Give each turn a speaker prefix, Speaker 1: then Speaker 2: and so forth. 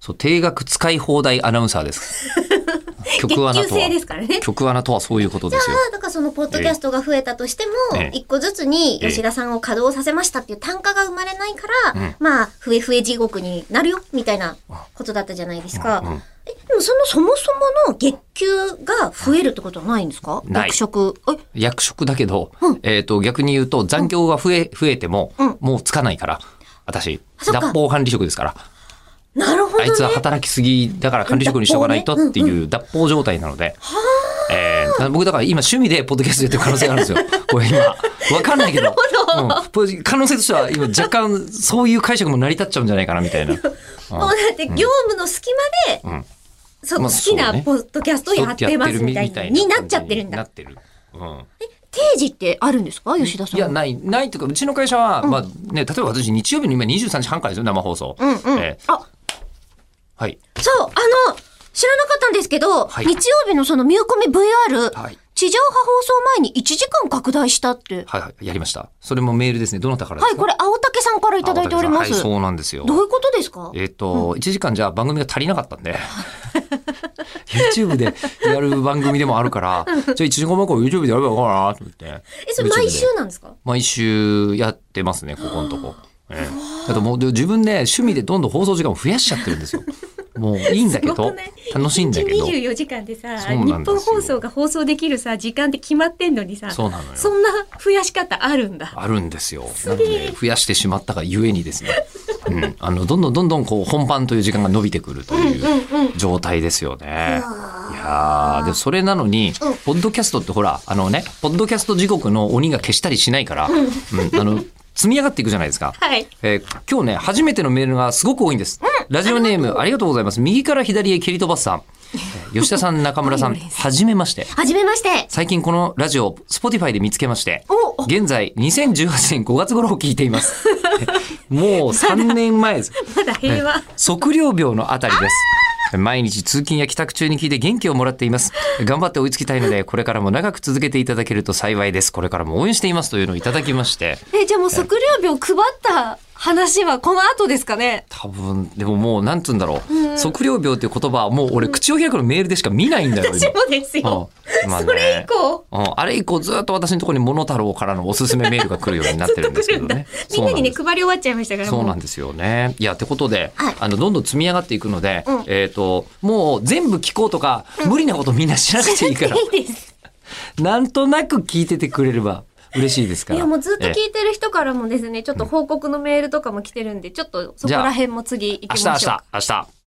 Speaker 1: そう、定額使い放題アナウンサーです。 曲アナ
Speaker 2: 月給
Speaker 1: と
Speaker 2: 制です
Speaker 1: は、
Speaker 2: からね。
Speaker 1: 曲アナとはそういうことですよ。
Speaker 2: だからそのポッドキャストが増えたとしても
Speaker 1: ええ、
Speaker 2: 一個ずつに
Speaker 1: ええ
Speaker 2: 吉田さんを稼働させましたっていう単価が生まれないから、
Speaker 1: うん
Speaker 2: まあ、増え増え地獄になるよ、みたいなことだったじゃないですか。
Speaker 1: うん
Speaker 2: え、でもそのそもそもの月給が増えるってことはないんですか
Speaker 1: ない
Speaker 2: 役職。え、
Speaker 1: 役職だけど、
Speaker 2: うん
Speaker 1: えっ、と、逆に言うと残業が増え、増えても、
Speaker 2: うん
Speaker 1: もうつかないから。私、
Speaker 2: そっか
Speaker 1: 脱法管理職ですから、
Speaker 2: なるほど
Speaker 1: あい。
Speaker 2: ね
Speaker 1: つは働きすぎだから管理職にしとかないとっていう脱法状態なので、えー僕だから今趣味でポッドキャストやってる可能性があるんですよ。 これ今、わかんないけど、うん可能性としては今若干そういう解釈も成り立っちゃうんじゃないかなみたいな。
Speaker 2: もう だって業務の隙間で、
Speaker 1: ん
Speaker 2: そう
Speaker 1: まあ
Speaker 2: 好き
Speaker 1: そう
Speaker 2: な
Speaker 1: ね
Speaker 2: ポッドキャストやってますみたいな、になっちゃってるん
Speaker 1: な
Speaker 2: だ
Speaker 1: っ。てる。うん
Speaker 2: 定時ってあるんですか吉田さん。
Speaker 1: いや、ない、ないというか、うちの会社は、まあね、例えば私、日曜日の今23時半からですよ、生放送。
Speaker 2: うんうん。
Speaker 1: えー
Speaker 2: あ、
Speaker 1: はい。
Speaker 2: そう、あの、知らなかったんですけど、
Speaker 1: はい
Speaker 2: 日曜日のその見込み VR、
Speaker 1: はい
Speaker 2: 地上波放送前に1時間拡大したって。
Speaker 1: はい、はい、やりました。それもメールですね。どなたからで
Speaker 2: は
Speaker 1: す
Speaker 2: い、
Speaker 1: か
Speaker 2: これ青竹さんからいただいておりま
Speaker 1: あ大竹
Speaker 2: す。
Speaker 1: さんはい、そうなんですよ。
Speaker 2: どういうことですか
Speaker 1: えっ、と、1時間じゃ番組が足りなかったんで。YouTube でやる番組でもあるから、じゃあ1時間前から YouTube でやればよかったなと思って。
Speaker 2: え、それ
Speaker 1: YouTube で
Speaker 2: 毎週なんですか
Speaker 1: 毎週やってますね、ここのとこ。ええ、あともうで自分で趣味でどんどん放送時間を増やしちゃってるん ですよ。もういいんだけ
Speaker 2: すご
Speaker 1: ど
Speaker 2: くない、
Speaker 1: 楽しいんだけど。
Speaker 2: 24時間でさ
Speaker 1: そうなんですよ
Speaker 2: が放送できるさ、時間って決まってんのにさ
Speaker 1: そうなのよ。
Speaker 2: んな増やし方あるんだ。
Speaker 1: あるんですよ。な
Speaker 2: す
Speaker 1: の
Speaker 2: げえ
Speaker 1: で増やしてしまったがゆえにですね。うん、あのどんどんどんどんこう本番という時間が伸びてくるという状態ですよね。いやーでそれなのに、
Speaker 2: うん
Speaker 1: ポッドキャストってほらあのねポッドキャスト時刻の鬼が消したりしないから、うんあの積み上がっていくじゃないですか。
Speaker 2: はい。
Speaker 1: えー今日ね初めてのメールがすごく多いんです、ラジオネームありがとうございます右から左へ蹴り飛ばすさ ん、えー吉田さん中村さんはじめまして
Speaker 2: はじめまして。
Speaker 1: 最近このラジオを Spotify で見つけまして
Speaker 2: お、
Speaker 1: 現在2018年5月頃を聞いてい ます。もう3年前 です。
Speaker 2: まだ平和。
Speaker 1: 測量病のあたりです。毎日通勤や帰宅中に聞いて元気をもらっています。頑張って追いつきたいので、これからも長く続けていただけると幸いです。これからも応援していますというのをいただきまして、
Speaker 2: え、じゃあもう測量病配った話はこの後ですかね
Speaker 1: 多分、でももうなんつうんだろう。測量病っていう言葉はもう俺口を開くのメールでしか見ないんだよ、
Speaker 2: 私もですよ。
Speaker 1: うんまあね
Speaker 2: それ以降。。
Speaker 1: うん、あれ以降ずっと私のところに「モノタロウ」からのおすすめメールが来るようになってるんですけどね
Speaker 2: みんなにね、
Speaker 1: そう
Speaker 2: 配り終わっちゃいましたから。
Speaker 1: そう
Speaker 2: も
Speaker 1: なんですよね。いや、ってことで、
Speaker 2: はい
Speaker 1: あの、どんどん積み上がっていくので、
Speaker 2: うん
Speaker 1: えっ、と、もう全部聞こうとか、無理なことみんなしなくていい から、
Speaker 2: いいです。
Speaker 1: なんとなく聞いててくれれば嬉しいですか
Speaker 2: い
Speaker 1: ら。
Speaker 2: や、もうずっと
Speaker 1: え
Speaker 2: 聞
Speaker 1: え
Speaker 2: いてる人からもですね、ちょっと報告のメールとかも来てるんで、ちょっとそこら辺も次行き
Speaker 1: 明
Speaker 2: まし
Speaker 1: 日、
Speaker 2: ょう
Speaker 1: 明
Speaker 2: か。
Speaker 1: 日、明日。